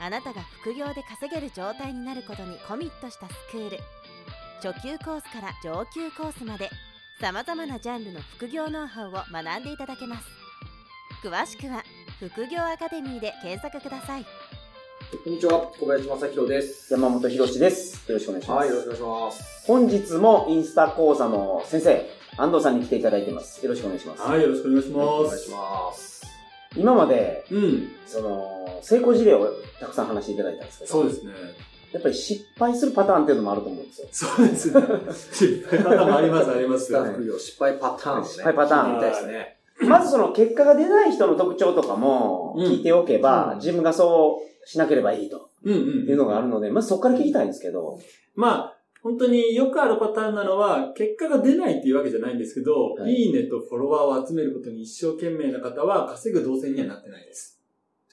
あなたが副業で稼げる状態になることにコミットしたスクール初級コースから上級コースまでさまざまなジャンルの副業ノウハウを学んでいただけます詳しくは「副業アカデミー」で検索くださいこんにちは、小林正宏です。山本博史です。よろしくお願いしまはす。い、よろしくお願いします。本日もインスタ講座の先生、安藤さんに来ていただいてます。よろしくお願いします。はい、よろしくお願いしおま願いしす。ます。今まで、うん、その、成功事例をたくさん話していただいたんですけど、そうですね。やっぱり失敗するパターンっていうのもあると思うんですよ。そうですね。失敗方もあります、あります。はい副業失敗パターンをね。失敗パター聞いてンみたいですね。まずその結果が出ない人の特徴とかもうん聞いておけば、うん自分がそうしなければいいとうんうん。いうのがあるので、まずそこから聞きたいんですけど、まあ、本当によくあるパターンなのは、結果が出ないっていうわけじゃないんですけど、はいい、いねとフォロワーを集めることに一生懸命な方は、稼ぐ動線にはなってないです。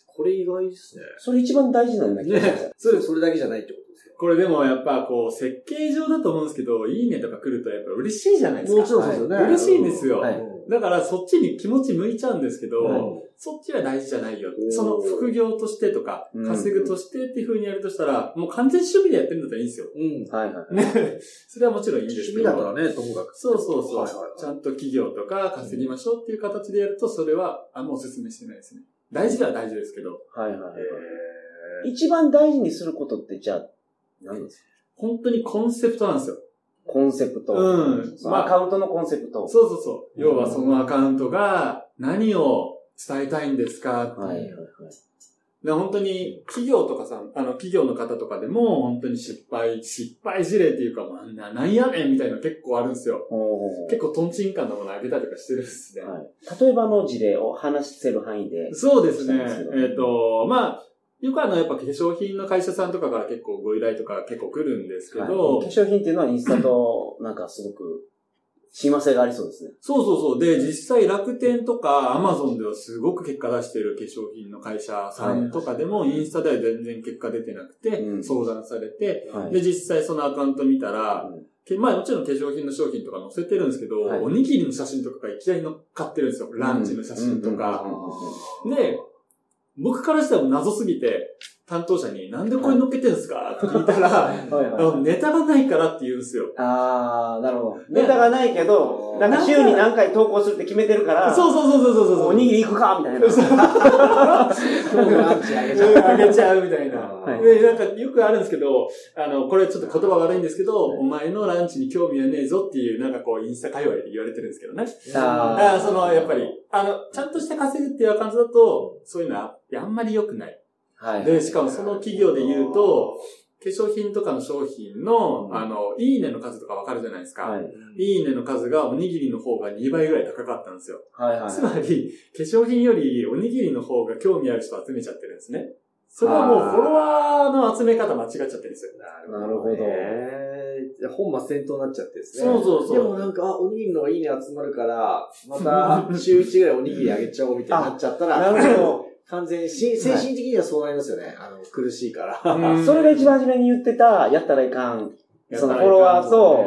これ意外ですね。それ一番大事なような気がします。それ、それだけじゃないってことですよ。これでもやっぱこう、設計上だと思うんですけど、いいねとか来るとやっぱ嬉しいじゃないですか。もちろんそうですよねはい嬉しいんですよ。はいだからそっちに気持ち向いちゃうんですけど、はいそっちは大事じゃないよおー。その副業としてとか、うん稼ぐとしてっていう風にやるとしたら、もう完全趣味でやってるんだったらいいんですよ。うん。はいはい。ね。 それはもちろんいいんです趣け味ど。だったらね、ともかく。そうそうそう、はいはいはいちゃんと企業とか稼ぎましょうっていう形でやると、それはあんまお勧めしてないですね。大事では大事ですけど、はいはいはい。えー一番大事にすることってじゃあ、何ですか本当にコンセプトなんですよ。コンセプト。うんそのアカウントのコンセプト。そうそうそう。要はそのアカウントが何を伝えたいんですかはいはいはい。で本当に企業とかさ、あの企業の方とかでも本当に失敗、失敗事例っていうか、まあ、ななんやねんみたいなの結構あるんですよ。ほう結構トンチンカンなものあげたりとかしてるんですね。はい、例えばの事例を話せる範囲で。そうですね。えそうですよねっ、と、まあ、よくあの、やっぱ化粧品の会社さんとかから結構ご依頼とか結構来るんですけど、はい化粧品っていうのはインスタとなんかすごく親和性がありそうですね。そうそうそう。で、実際楽天とかアマゾンではすごく結果出してる化粧品の会社さんとかでも、インスタでは全然結果出てなくてう、ん相談されて、はいで、実際そのアカウント見たら、うけまあもちろん化粧品の商品とか載せてるんですけど、はいおにぎりの写真とかがいきなり乗っかってるんですよ。んランチの写真とか。うんうんうんで、僕からしたら謎すぎて、担当者に、なんでこれ乗っけてんすかって聞いたら、うんはいあはいのネタがないからって言うんですよ。あー、なるほど。ネタがないけど、なんか週に何回投稿するって決めてるから、そうそうそうそうそうそう。おにぎり行くかみたいな。は今日のランチあげちゃう。あげちゃうみたいな。はいで、なんかよくあるんですけど、あの、これちょっと言葉悪いんですけど、はいお前のランチに興味はねえぞっていう、なんかこう、インスタ界隈で言われてるんですけどね。あーあーその、やっぱり、あの、ちゃんとして稼ぐっていう感じだと、そういうのはあんまり良くない。い。で、しかもその企業で言うと、化粧品とかの商品のう、んあの、いいねの数とかわかるじゃないですか。はいい。いねの数がおにぎりの方が2倍ぐらい高かったんですよ。はいはい。つまり、化粧品よりおにぎりの方が興味ある人を集めちゃってるんですね。それはもうフォロワーの集め方間違っちゃってるんですよ。なるほど。えーじゃあ本末転倒になっちゃってですね。そうそうそうでもなんか、あ、おにぎりの方がいいね集まるから、また週1ぐらいおにぎりあげちゃおうみたいになっちゃったら、なるほど。完全にし、精神的にはそうなりますよね。あの、苦しいから。うんそれが一番初めに言ってた、やったらいかん。そのフォロワーと、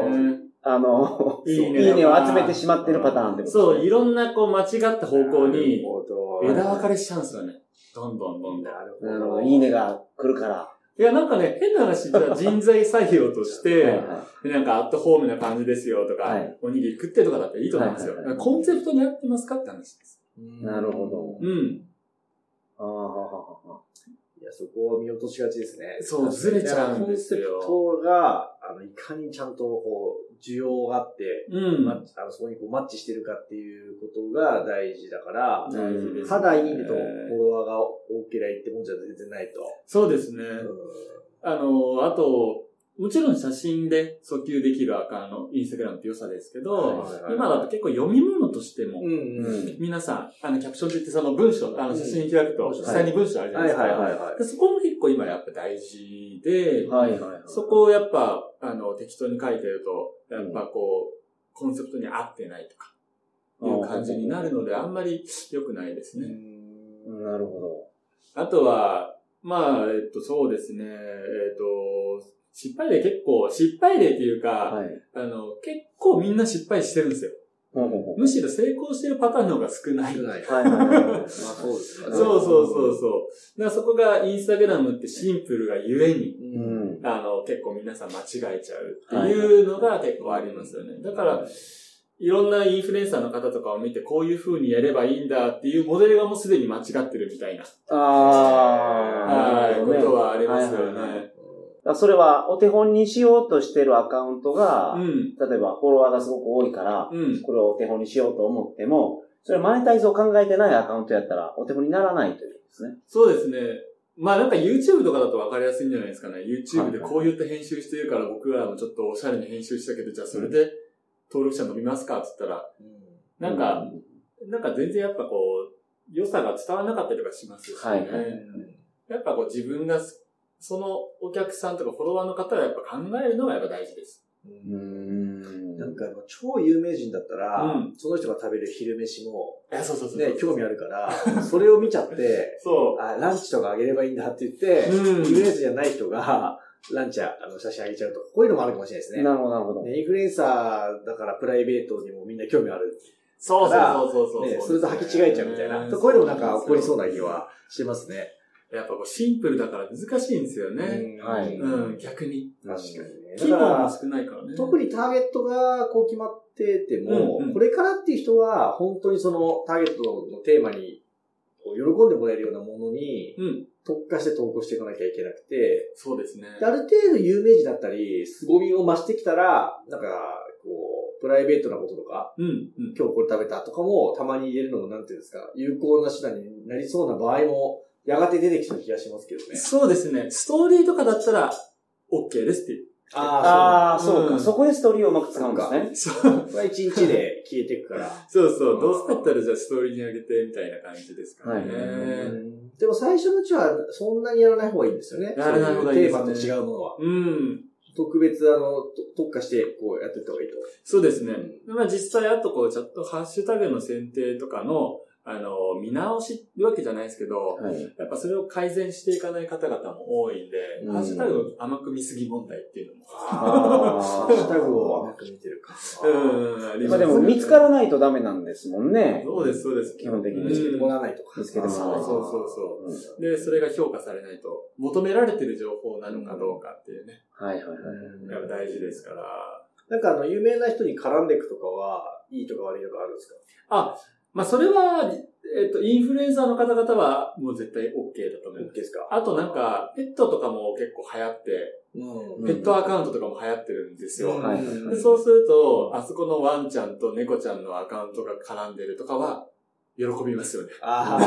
あの、いいねいいねを集めてしまってるパターンってことそう、いろんなこう間違った方向なるにほど枝分かれしちゃうんですよね。どんどんどんどん。なるほど。なるほど。いいねが来るから。いや、なんかね、変な話、じゃあ人材採用としはいて、はでなんかアットホームな感じですよとか、はいおにぎり食ってとかだったらいいと思うんですよ。はいはいはいコンセプトに合ってますかって話です。いなるほど。うん。あーはははいや、そこを見落としがちですね。そうずれちゃうんですよコンセプトが、あの、いかにちゃんと、こう、需要があって、うん。マッチ、あの、そこにこうマッチしてるかっていうことが大事だから、大事ですねただいいねとフォロワーが多ければいいってもんじゃ全然ないと。そうですうね。んあの、あと、もちろん写真で訴求できるアカウント、インスタグラムって良さですけど、はいはいはい今だと結構読み物としても、うんうん。皆さん、あの、キャプションって言ってその文章、あの、写真開くうとん、下に文章あるじゃなはいいですか。はいはいはい。でそこも結構今やっぱ大事で、はいはいはい。そこをやっぱ、あの、適当に書いてると、やっぱこう、コンセプトに合ってないとか、いう感じになるので、あんまり良くないですね。うん。なるほあとは、まあ、えっと、そうですね、えっと、失敗例結構、失敗例っていうか、ど。はい。あの、結構みんな失敗してるんですよ。ほうほうほうむしろ成功してるパターンの方が少ない。少そうない。はいは いはいはいまあそうですよねそうそうそう。だからそこがインスタグラムってシンプルがゆえに、ううんん。あの、結構皆さん間違えちゃうっていうのが結構ありますよね。だから、いろんなインフルエンサーの方とかを見て、こういう風にやればいいんだっていうモデルがもうすでに間違ってるみたいな、あはあい、ことはありますはいよはいはいね。だからそれはお手本にしようとしてるアカウントが、うん。例えばフォロワーがすごく多いから、うん。これをお手本にしようと思っても、それマネタイズを考えてないアカウントやったら、お手本にならないということですね。そうですね。まあなんか YouTube とかだと分かりやすいんじゃないですかね。YouTube でこういった編集してるから僕らもちょっとおしゃれに編集したけど、じゃあそれで登録者伸びますかって言ったら、なんか、なんか全然やっぱこう、良さが伝わらなかったりとかしますしね。はいはやっぱこう自分がす、そのお客さんとかフォロワーの方はやっぱ考えるのがやっぱ大事です。うん、うん。なんかあの、超有名人だったら、うんその人が食べる昼飯も、え、そうそうそうそう。ね、興味あるから、それを見ちゃって、そあ、ランチとかあげればいいんだって言って、うんインフルエンサーじゃない人が、ランチや、あの、写真あげちゃうとか、こういうのもあるかもしれないですね。なるほど、なるほど。ねインフルエンサーだからプライベートにもみんな興味ある。う。そうそうそうそうそう。ね、それと履き違えちゃうみたいな。こういうのもなんか起こりそうな気はしてますね。やっぱこうシンプルだから難しいんですよね。うんはいうん、逆に。確かにね。機能が少ないからね。特にターゲットがこう決まってても、うんうんこれからっていう人は、本当にそのターゲットのテーマに、こう喜んでもらえるようなものにうん、特化して投稿していかなきゃいけなくて、そうですね。である程度有名人だったり、凄みを増してきたら、なんか、こう、プライベートなこととか、うん、うん。今日これ食べたとかも、たまに入れるのも、なんていうんですか、有効な手段になりそうな場合も、やがて出てきそうな気がしますけどね。そうですね。ストーリーとかだったら、OK ですっていう。 ああ、そうか、うんそこでストーリーをうまく使うんですね。そう。そう。これは一日で消えていくから。そうそう。どうせだったらじゃあストーリーにあげて、みたいな感じですかはね。いうんでも最初のうちはそんなにやらない方がいいんですよね。やらない方がいいですそねううテーマと違うものは。うん。特別、あの、と特化して、こうやってった方がいいと。そうですね。まあ実際、あとこう、チャット、ハッシュタグの選定とかの、あの、見直しってわけじゃないですけど、はい。やっぱそれを改善していかない方々も多いんで、うんハッシュタグを甘く見すぎ問題っていうのも。あハーッシュタグを甘く見てるか。うん、ありまあでも、見つからないとダメなんですもんね。そうです、そうです。基本的見つに。けてもらわないとか。見つけてもらわないそうそうそううで、それが評価されないと、求められてる情報なのかどうかっていうね、はいはいはい。んやっぱ大事ですから。なんかあの、有名な人に絡んでいくとかは、いいとか悪いとかあるんですかあ、まあそれは、えっと、インフルエンサーの方々はもう絶対 OK だと思います ?OK ですかあとなんか、ペットとかも結構流行って、うんペットアカウントとかも流行ってるんですよ。はいはいでそうすると、あそこのワンちゃんと猫ちゃんのアカウントが絡んでるとかは、喜びますよね。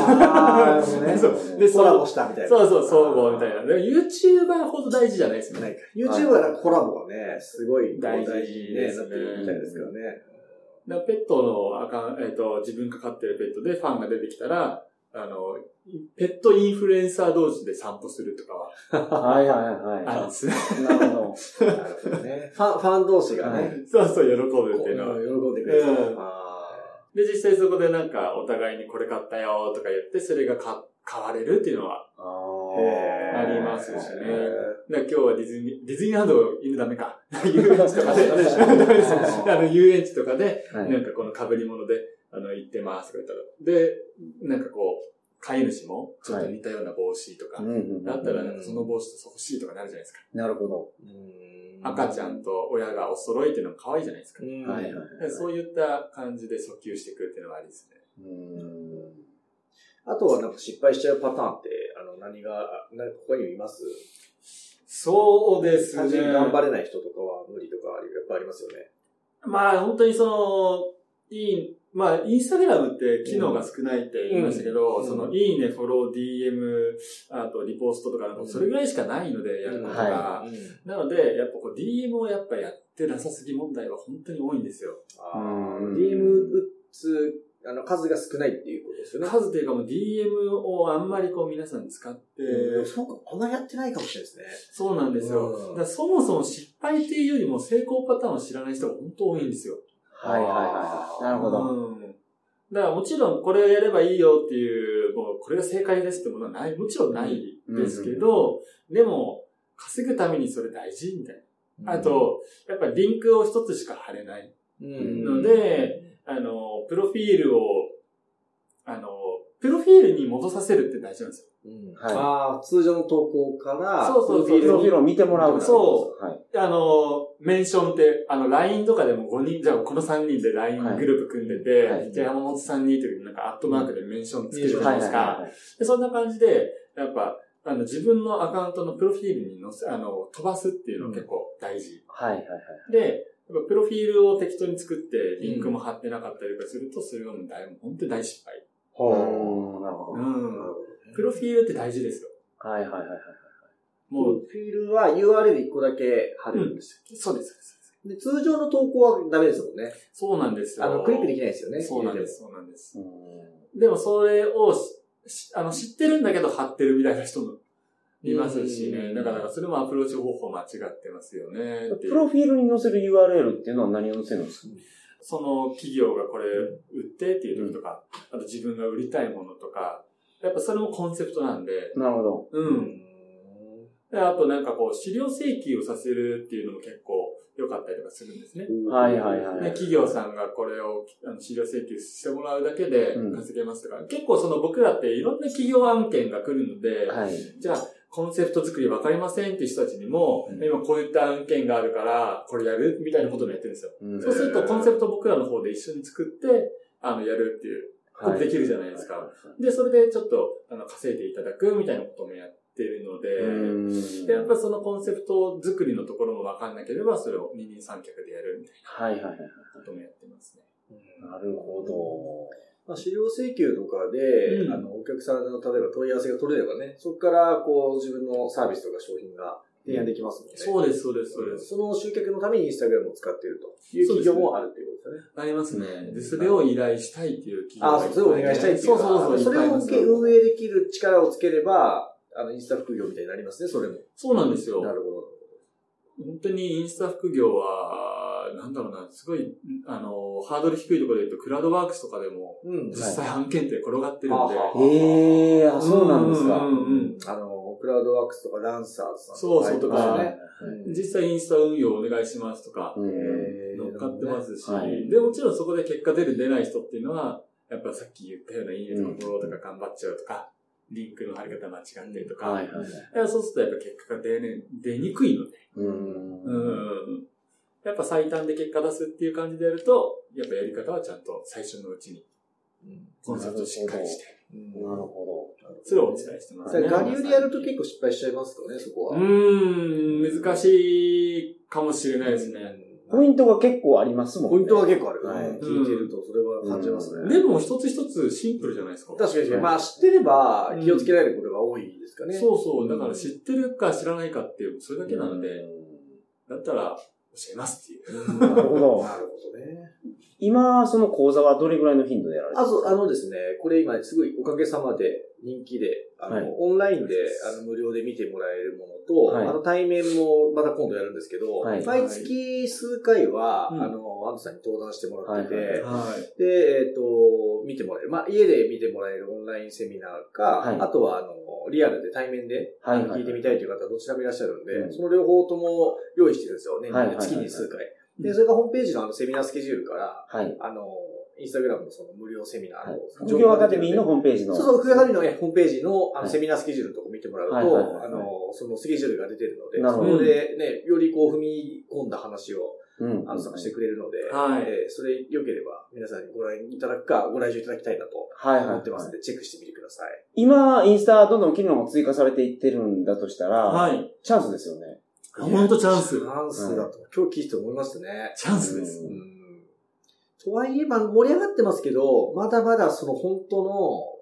ああ、なるほどね。そうで、でコラボしたみたいな。そうそう、総合みたいな。でも YouTuber ほど大事じゃないですよなね。いか。YouTube はなんかコラボがね、すごいこう大事にでね、すなねってるみたいですからね。だからペットのアカウンえっ、と、自分が飼ってるペットでファンが出てきたら、あの、ペットインフルエンサー同士で散歩するとかははいはいあるんはですね。 い。なるほど。なるほどね ファン、ファン同士がはねい、そうそう、喜ぶこっていうのは。う喜んでくれる。うんあで、実際そこでなんか、お互いにこれ買ったよとか言って、それがか買われるっていうのは。ーあありますしねへだから今日はディズニー、ディズニーランド犬ダメか。遊園地とかで、ダメでしょ ダメですあの、遊園地とかで、ーはいなんかこの被り物で、あの、行ってますとか言ったら。で、なんかこう、飼い主も、ちょっと似たような帽子とか、うんうんうんだったらなんかその帽子と欲しいとかなるじゃないですか。なるほど。ーうん赤ちゃんと親がお揃いっていうのも可愛いじゃないですかう。んはいはいはい。でそういった感じで訴求していくっていうのはありですね。うんあとはなんか失敗しちゃうパターンって、あの、何が、なんかここにもいますそうです単ね。純に頑張れない人とかは無理とか、やっぱありますよね。まあ、本当にその、いい、まあ、インスタグラムって機能が少ないって言いましたけど、うんその、いいね、フォロー、DM、あと、リポストとか、なんかそれぐらいしかないので、やることが。はなので、やっぱこう、DM をやっぱやってなさすぎ問題は本当に多いんですよ。あーうん DM 打つ、あの、数が少ないっていうことですよね。数というかもう DM をあんまりこう皆さん使って、えー、そうか、あんまりやってないかもしれないですそうなんですよ。うんだからそもそも失敗っていうよりも成功パターンを知らない人が本当多いんですよ。はいはいはい。なるほど。うん。だからもちろんこれをやればいいよっていう、もうこれが正解ですってものはない、もちろんないですけど、でも稼ぐためにそれ大事みたいね。な。あ、と、やっぱりリンクを一つしか貼れない。うんので、あの、プロフィールを、あの、プロフィールに戻させるって大事なんですうよ。んはいああ、通常の投稿から、そうそうそうプロフィープルロをフィールを見てもらう。そうはい。あの、メンションって、あの、LINE とかでも5人、じゃあこの3人で LINE はいグループ組んでて、はいじゃあ山本さんにというなんかアットマークでメンションつけるじゃうなはいいではいすか。はい。でそんな感じで、やっぱ、あの、自分のアカウントのプロフィールに載せ、あの、飛ばすっていうのが結構大事。はいはいはい。で、やっぱプロフィールを適当に作って、リンクも貼ってなかったりとかすると、それはもう大、本当に大失敗。ほうほう。なるほうど。なるん。ほどねプロフィールって大事ですよ。はいはいはいはい。プもロう、フィールは URL1 個だけ貼るんですそうですそうです。よ。で、通常の投稿はダメですもんね。そうなんですよ。あの、クリックできなないですよね。そうなんです。そうなんです。うでもそれをししあの知ってるんだけど貼ってるみたいな人もいますしうね。んだからそれもアプローチ方法間違ってますよねんっていプう。ロフィールに載せる URL っていうのは何を載せるんですかその企業がこれ売ってっていう時とか、あと自分が売りたいものとか、やっぱそれもコンセプトなんで、なるほど。う。うんであとなんかこう、資料請求をさせるっていうのも結構良かったりとかするんですね。んはいはいはいね、企業さんがこれをあの資料請求してもらうだけでうん稼げますとか、結構その僕らっていろんな企業案件が来るので、はい。じゃあコンセプト作り分かりませんっていう人たちにも、うん今こういった案件があるから、これやるみたいなこともやってるんですよ。うんそうするとコンセプト僕らの方で一緒に作って、あの、やるっていう。はいできるじゃないですかははで、それでちょっと、あの、稼いでいただくみたいなこともやってるので、うんで、やっぱりそのコンセプト作りのところも分かんなければ、それを二人三脚でやるみたいはいはいはい。なこともやってますね。なるほまあ、資料請求とかで、うんあの、お客さんの、例えば問い合わせが取れればね、そこから、こう、自分のサービスとか商品が提案できますもんね。そうです、そうです、そうです。その集客のためにインスタグラムを使っているという企業もあるっていうことですよね。ありますね。うで、んそれを依頼したいっていう企業ああ、がそうそれをお願いしたいっていうそうかそうそう。それいっぱいいをます受け運営できる力をつければ、あの、インスタ副業みたいになりますね、それも。そうなんですよ。な本るほど。当にインスタ副業は、なんだろうな、すごい、あの、ハードル低いところで言うと、クラウドワークスとかでも、うん実際案件って転がってるんで、はあど。ええ、あ、そうなんですうかん。うんうんあの、クラウドワークスとかランサーズさんそうそうとあかりますはよね。うん実際インスタ運用お願いしますとかい、うんえー乗っかってますし、はいで、もちろんそこで結果出る出ない人っていうのは、やっぱさっき言ったようないいねのフォローとか頑張っちゃうとか、リンクの貼り方間違ってるとか、はいはいはい。だからそうするとやっぱ結果が出,、ね、出にくいので、うんうん。やっぱ最短で結果出すっていう感じでやると、やっぱやり方はちゃんと最初のうちにうんコンセプトしっかりして、うんなるほそれをお伝えしてますね。ガリュウでやると結構失敗しちゃいますかね、そこうは。ーん、難しいかもしれないですね。ど。ポイントが結構ありますもんね。ポイントは結構あるよはいね。聞いてるとそれは感じますね。でも一つ一つシンプルじゃないですか。確かに、はいまあ知ってれば気をつけられることが多いですかね。そうそう。だから知ってるか知らないかっていう、それだけなので、だったら教えますっていうう。んなるほなどるほどね。今、その講座はどれぐらいの頻度でやられてあるんですと、あのですね、これ今すごいおかげさまで人気で、あの、はいオンラインであの無料で見てもらえるものと、はいあの対面もまた今度やるんですけど、はい毎月数回は、うんあの、アンドさんに登壇してもらってて、はいはいはい。で、えっ、と、見てもらえる。まあ、家で見てもらえるオンラインセミナーか、はいあとは、あの、リアルで対面で、はいはいあのはい聞いてみたいという方どちらもいらっしゃるんで、うんその両方とも用意してるんですよ。年はいはにいはいはい月に数回。で、それがホームページのあのセミナースケジュールから、かはい。あの、インスタグラムのその無料セミナーはいの、副業アカデミーのホームページの。そうそう、福岡ビのねホームページのあはのいセミナースケジュールのとこ見てもらうと、はいはいはいあの、そのスケジュールが出てるので、なるそほどこでね、よりこう踏み込んだ話をうん。あの、探してくれるので、はいえーそれ良ければ皆さんにご覧いただくか、ご来場いただきたいなとはいはい思はいってますんで、チェックしてみてください。今、インスタどんどん機能が追加されていってるんだとしたら、はい。チャンスですよね。ほんとチャンチス。ャンスだと、今日聞いて思いましたね。チャンスです。ううんん。ちとはいえ、まあ、盛り上がってますけど、まだまだその本当の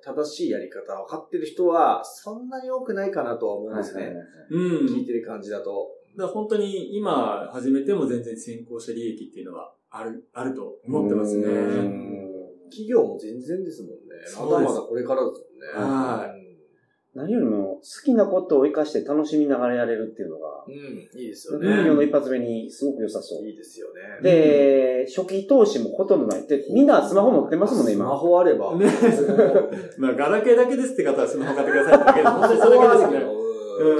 正しいやり方分かってる人は、そんなに多くないかなとは思うんですね。うん。聞いてる感じだと。だから本当に今始めても全然先行した利益っていうのはある、あると思ってますうね。ん企業も全然ですもんね。まそうだですまだこれからですもんね。は何よりも好きなことを生かして楽しみながらやれるっていうのが、うん、いいですよね。農業の一発目にすごく良さそう。いいですよね。で、初期投資もほとんどないって、みんなスマホ持ってますもんね、スマ今。ホあれば。ねまあ、ガラケーだけですって方はスマホ買ってくださいってだけで、本当にそれだけですね。うん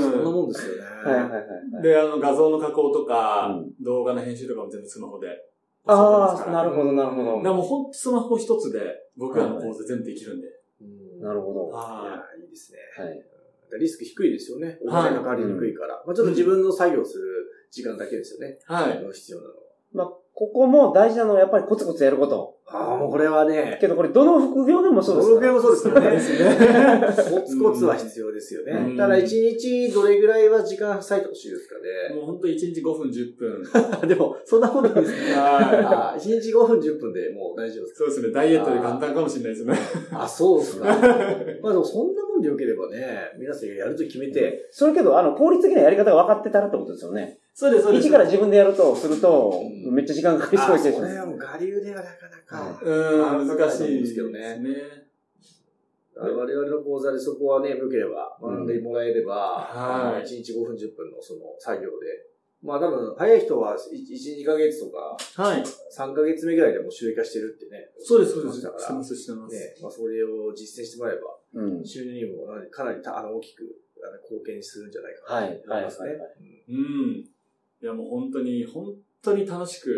そんなもんですよね。はいはいはいはい。で、あの、画像の加工とか、うん動画の編集とかも全部スマホで。ああ、なるるほど、なるほほど。だからもうほんとスマホ一つで、僕らの構図全部できるんで。うんなるほど。はあはあいいですね。い。リスク低いですよね。お金がかかりにくいから。まあちょっと自分の作業する時間だけですよね。い。はい。必要なのまあ、ここも大事なのはやっぱりコツコツやること。は。ああ、もうこれはね、けどこれどの副業でもそうですどのから。もそうですよね。ね。コツコツは必要ですようね。んただ一日どれぐらいは時間割いてほしいですかもうほんと1日5分、10分。ね。でも、そんなことないですね。はい。ああ、1日5分10分でもう大丈夫ですそうですね。ダイエットで簡単かもしれないですね。かあ、そうですか。まあでもそんなもんでよければね、皆さんやると決めて、それけど、あの、効率的なやり方が分かってたらってことですよね。そうです、そうです。一から自分でやると、するとう、んめっちゃ時間かかりあそうあでそすれはもう我流ではなかなはか。うん、難しいですけどねです我々の講座でそこはね、良ければ、学んでもらえれば、はい1日5分10分のその作業で、まあ多分、早い人は1、2ヶ月とか、はい。 3ヶ月目ぐらいでもう収益化してるってね。そうです、そうです。だかしてら、まね、す、してます。まあそれを実践してもらえば、うん。収入にもかなりたあの大きくあの貢献するんじゃないかは、ないと思はいい、はますね。い。うん。いや、もう本当に、本当に楽しく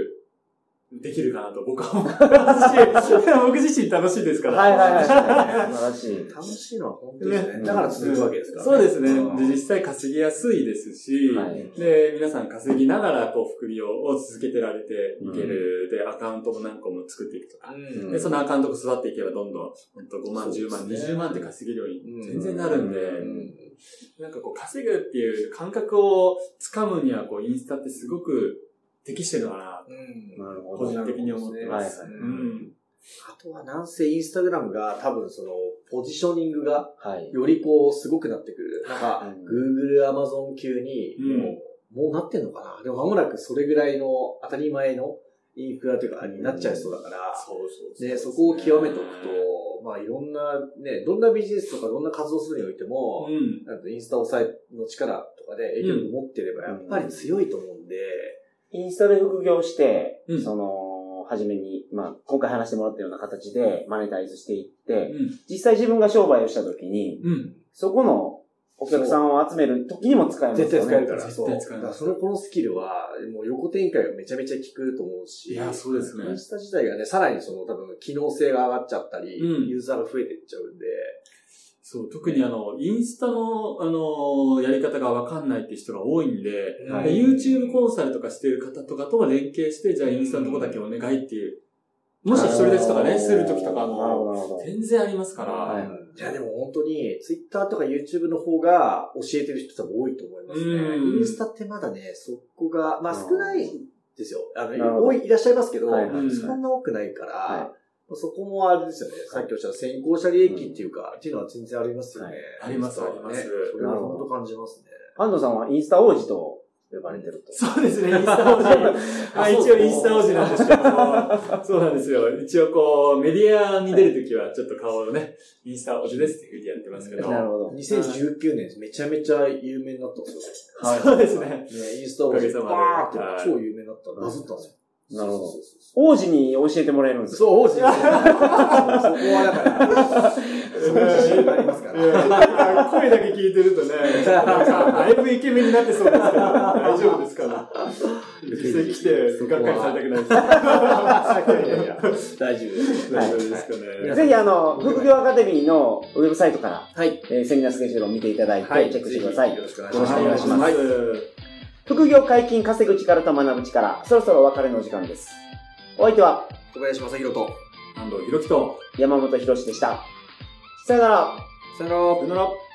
できるかなと、僕は思いますし、僕自身楽しいですから。はいはいはい。素晴らしい。楽しいのは本当ですね。ねだから続くわけですから、そうですね。で実際際稼ぎやすいですし、はい。で、皆さん稼ぎながら、こう、副業を続けてられていける。で、アカウントも何個も作っていくとか。うんで、そのアカウントが育っていけば、どんどん、本当5万、そう10ですね万、20万って稼げるよううんに全然なるんで、うんなんかこう稼ぐっていう感覚をつかむにはこうインスタってすごく適してるのかな。うんなるほ個ど。人的に思ってます。はいはいうん。あとはなんせインスタグラムが多分そのポジショニングがはい。よりこうすごくなってくる。なんかうん Google、Amazon 級にもう,、もうなってんのかなでも間もなくそれぐらいの当たり前のインフラというかになっちゃいそうだから、そうそうね、そこを極めておくと、まあいろんなね、どんなビジネスとかどんな活動するにおいても、うん。なんかインスタ抑えの力とかで影響力持ってればやっぱり強いと思うんで、インスタで副業して、うんその、初めに、まあ、今回話してもらったような形でマネタイズしていって、うん。実際自分が商売をした時に、うん。そこのお客さんを集める時にも使えますよね。絶対使えるから。絶そう。対だ使えかますらそのこのスキルは、もう横展開がめちゃめちゃ効くと思うし。いやそうですねインスタ自体がね、さらにその多分機能性が上がっちゃったり、うんユーザーが増えていっちゃうんで。そう、特にあの、インスタの、あの、やり方がわかんないって人が多いんで、はいで YouTube コンサルとかしてる方とかとは連携して、じゃあインスタのとこだけお願いっていう。もし一人立ちとかね、するときとかなるほも、ど、なるほど。全然ありますから。はいいやでも本当に、ツイッターとか YouTube の方が教えてる人多分多いと思いますうね。んインスタってまだね、そこが、まあ少ないんですよ。あなるほの、ど多い、いらっしゃいますけど、はいはいそんな多くないから、はそこもあれですよね。さっきおっしゃった先行者利益っていうか、っていうのは全然ありますよねはい。ありますねありますそれは本当感じますね。安藤さんはインスタ王子と呼ばれてる と。そうです ね、インスタ王子。あ一応インスタ王子なんですけど、そうなんですよ。一応こう、メディアに出るときはちょっと顔をね、インスタ王子ですっていうふうにやってますけど。なるほど。 2019年、めちゃめちゃ有名になったんですよ。はいそうですね。ね、インスタ王子おかげさまでバーはっいて超有名になった。バズったんですよ。なるほどそうそうそう王子に教えてもらえるんですかそう、王子ですよ。そうそこ はだから、そういう自信がありますから。うん 声だけ聞いてるとね、なんかだいぶイケメンになってそうですけど、大丈夫ですかね。実際来て、がっかりされたくないいですね。やいや、大丈夫です。大丈夫ですかね。はいぜひあの、副業アカデミーのウェブサイトから、はい。えーセミナースケジュールを見ていただいて、チェックしてくださいぜひ。よろしくお願いよろしくお願いしますはい副業解禁稼ぐ力と学ぶ力、そろそろお別れの時間です。お相手は小林正宏と。安藤博樹と、山本博史でした。さよなら。さよならさよなら。